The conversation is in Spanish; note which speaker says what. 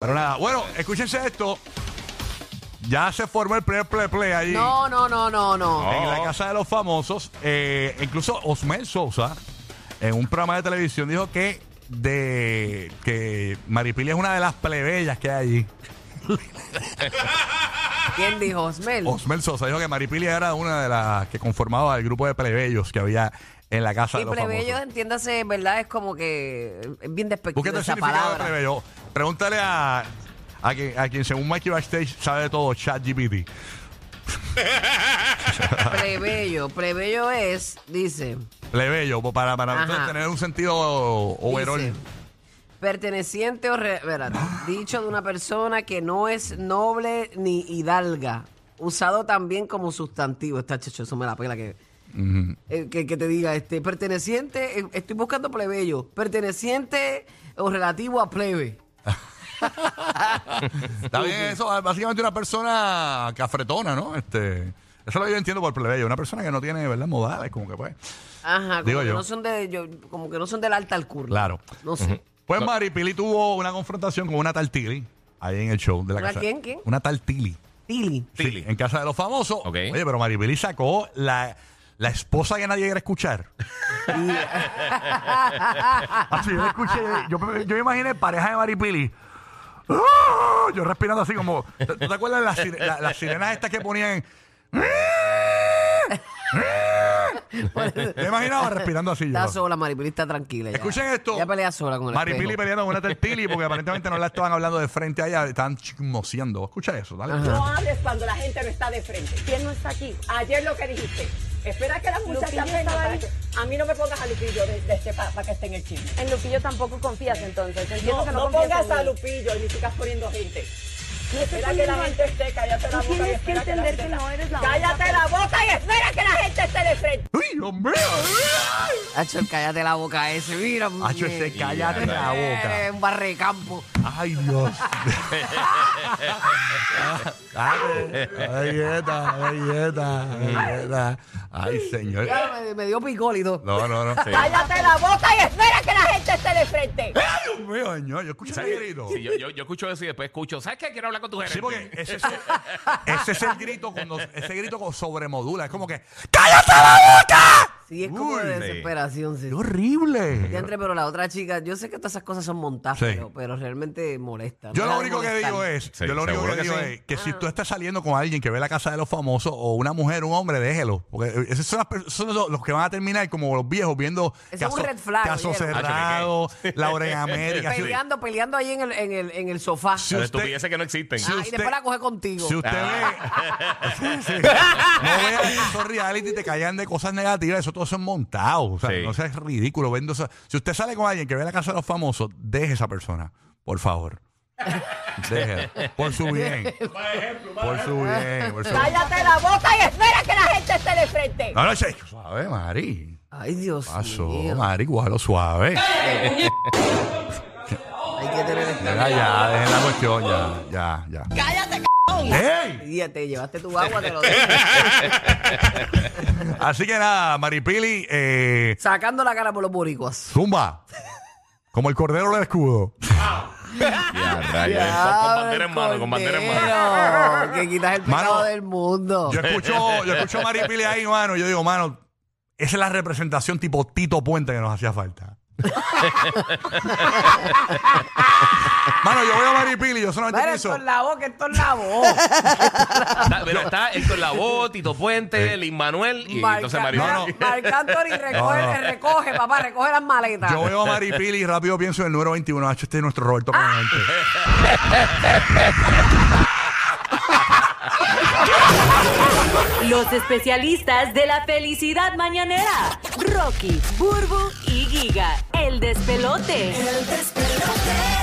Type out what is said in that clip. Speaker 1: Pero nada, bueno, escúchense esto. Ya se formó el primer play play allí
Speaker 2: No, no, no, no, no.
Speaker 1: en la
Speaker 3: No.
Speaker 1: casa de los famosos. Eh, incluso Osmel Sousa, en un programa de televisión, dijo que de que Maripili es una de las plebeyas que hay allí.
Speaker 2: ¿Quién dijo Osmel?
Speaker 1: Osmel Sosa dijo que Maripili era una de las que conformaba el grupo de plebeyos que había en la casa
Speaker 2: Y
Speaker 1: de los
Speaker 2: plebeyo,
Speaker 1: famosos.
Speaker 2: entiéndase, en verdad, es como que es bien despectiva
Speaker 1: Búsquete el
Speaker 2: esa
Speaker 1: significado de
Speaker 2: palabra.
Speaker 1: plebeyo. Pregúntale a, a, quien, a quien, según Mikey Backstage, sabe de todo, ChatGPT.
Speaker 2: Plebeyo. Plebeyo es, dice,
Speaker 1: Plebeyo, po- para, para
Speaker 2: Ajá.
Speaker 1: entonces tener un sentido overall.
Speaker 2: Dice. perteneciente o re- espérate, dicho de una persona que no es noble ni hidalga. Usado también como sustantivo. Está checho, eso me la pela que. eh, que, que te diga, este, perteneciente, eh, estoy buscando plebeyo, perteneciente o relativo a plebe.
Speaker 1: Está bien, eso ah, básicamente una persona cafretona, ¿no? Este, eso es lo que yo entiendo por plebeyo, una persona que no tiene, ¿verdad? Modales, como que pues.
Speaker 2: Ajá, como
Speaker 1: Digo
Speaker 2: que
Speaker 1: yo.
Speaker 2: no son de, yo- como que no son del alta alcurnia.
Speaker 1: Claro.
Speaker 2: No sé.
Speaker 1: Pues Maripili tuvo una confrontación con una tartili ahí en el show de la
Speaker 2: ¿Una
Speaker 1: casa.
Speaker 2: quién, quién?
Speaker 1: Una tartili.
Speaker 2: Tili.
Speaker 1: Sí, en casa de los famosos.
Speaker 3: Ok.
Speaker 1: Oye, pero Maripili sacó la, la esposa que nadie quiere escuchar. Así yo la escuché, yo, yo me imaginé pareja de Maripili. ¡Ah! Yo respirando así como. ¿Tú te acuerdas de las, sire- la- las sirenas estas que ponían? Me imaginaba respirando así.
Speaker 2: Está
Speaker 1: yo.
Speaker 2: sola, Maripili está tranquila. ya.
Speaker 1: Escuchen esto.
Speaker 2: Ya pelea sola con el
Speaker 1: Maripili
Speaker 2: espejo.
Speaker 1: peleando con una tertili porque aparentemente no la estaban hablando de frente allá, estaban chismoseando. Escucha eso, dale.
Speaker 4: No hables cuando la gente no está de frente. ¿Quién no está aquí? Ayer lo que dijiste. Espera que la muchacha
Speaker 5: Lupillo
Speaker 4: venga
Speaker 5: estaba
Speaker 4: para
Speaker 5: ahí.
Speaker 4: que... A mí no me pongas a Lupillo de, de este, para, que esté en el chisme.
Speaker 5: En Lupillo tampoco confías entonces. Entiendo
Speaker 4: No,
Speaker 5: que
Speaker 4: no
Speaker 5: no, confías
Speaker 4: pongas
Speaker 5: en
Speaker 4: a
Speaker 5: mí.
Speaker 4: Lupillo y ni sigas poniendo gente.
Speaker 5: No estoy
Speaker 4: Espera que la
Speaker 5: poniendo
Speaker 4: gente esté, cállate la
Speaker 5: Tú
Speaker 4: boca y
Speaker 5: tienes que
Speaker 4: espera la
Speaker 5: entender
Speaker 4: gente
Speaker 5: que no
Speaker 4: está-
Speaker 5: eres la
Speaker 4: Cállate la boca y espera que la gente esté de frente.
Speaker 1: ¡Uy, Dios mío!
Speaker 2: Hacho, el cállate la boca ese, mira.
Speaker 1: Hacho, ese
Speaker 2: muñeca.
Speaker 1: cállate la boca.
Speaker 2: Eh, Un barrecampo.
Speaker 1: Ay, Dios. ay, dieta, ay, dieta, ay, dieta. Ay, señor.
Speaker 2: Ya, Me, me dio picol y todo.
Speaker 1: No, no, no.
Speaker 4: Cállate la boca y espera que la gente esté de frente.
Speaker 1: Ay, Dios mío, señor. Yo escucho ese grito.
Speaker 3: Sí, yo, yo, yo escucho eso y después escucho, ¿sabes qué? Quiero hablar con tu gerente.
Speaker 1: Sí, porque ese es, ese es el grito cuando ese grito con sobremodula. Es como que ¡Cállate la boca!
Speaker 2: Sí, es como
Speaker 1: Uy,
Speaker 2: de
Speaker 3: sí.
Speaker 2: desesperación. Sí.
Speaker 1: ¡Qué horrible!
Speaker 2: Ya entre, pero la otra chica, yo sé que todas esas cosas son montajes,
Speaker 1: Sí.
Speaker 2: pero, pero realmente molesta.
Speaker 1: Yo
Speaker 2: No
Speaker 1: lo
Speaker 2: la de
Speaker 1: único que
Speaker 2: molestar.
Speaker 1: digo es,
Speaker 3: Sí,
Speaker 1: yo lo único
Speaker 3: seguro
Speaker 1: que
Speaker 3: que
Speaker 1: digo
Speaker 3: sí.
Speaker 1: es que
Speaker 2: Ah.
Speaker 1: si tú estás saliendo con alguien que ve la casa de los famosos o una mujer, un hombre, déjelo. Porque eh, esos son, las per- son los, los que van a terminar como los viejos viendo
Speaker 2: Eso es un red flag,
Speaker 1: Caso
Speaker 2: oyeron.
Speaker 3: Ah,
Speaker 1: Cerrado, Laura en América. Si-
Speaker 2: Peleando, peleando ahí en el, en el, en el sofá.
Speaker 1: Sí.
Speaker 3: Las
Speaker 1: usted-
Speaker 3: estupideces que no existen.
Speaker 1: Sí.
Speaker 2: Ah, y
Speaker 1: usted-
Speaker 2: después la coge contigo.
Speaker 1: Si usted ve. Ah. Sí, sí. No veas esos reality te callan de cosas negativas. Eso todo son montados. O sea,
Speaker 3: Sí.
Speaker 1: no seas ridículo. Vendo eso. Si usted sale con alguien que ve la casa de los famosos, deje esa persona. Por favor. Déjela. Por su bien. Por su bien. Por su bien.
Speaker 4: Cállate la boca y espera que la gente esté de frente.
Speaker 1: No, no, che, suave, Mari.
Speaker 2: Ay, Dios
Speaker 1: Pasó,
Speaker 2: mío.
Speaker 1: Mari, guárdalo suave.
Speaker 2: Hay que tener esta.
Speaker 1: Ya, ya, dejen la cuestión, ya, ya, ya.
Speaker 4: Cállate,
Speaker 1: ¡Ey!
Speaker 2: Día, te llevaste tu agua, te lo dije.
Speaker 1: Así que nada, Maripili, eh,
Speaker 2: Sacando la cara por los boricuas.
Speaker 1: zumba. Como el cordero del escudo.
Speaker 3: Ya, rayos.
Speaker 2: Ya,
Speaker 3: Eh, con, con bandera en mano, con bandera en mano.
Speaker 2: Cordero, Que quitas el
Speaker 1: Mano,
Speaker 2: pecado del mundo.
Speaker 1: Yo escucho, yo escucho a Maripili ahí, mano, y yo digo, mano, esa es la representación tipo Tito Puente que nos hacía falta. mano, yo veo a Maripili, yo solamente
Speaker 2: Mira,
Speaker 1: pienso...
Speaker 2: esto es la voz, que esto es la voz.
Speaker 3: Está, pero está Héctor Lavoe, Tito
Speaker 1: Eh.
Speaker 3: Puente, Lin Manuel y
Speaker 2: Marc-
Speaker 3: entonces
Speaker 2: Mira,
Speaker 3: Maribel.
Speaker 2: Marc Anthony recoge,
Speaker 1: No, no.
Speaker 2: recoge, papá, recoge las maletas.
Speaker 1: Yo veo a Maripili y rápido pienso en el número 21. Hacho, este es nuestro Roberto
Speaker 2: Ah.
Speaker 1: Clemente.
Speaker 6: Los especialistas de la felicidad mañanera. Rocky, Burbu y Giga. El despelote. El despelote.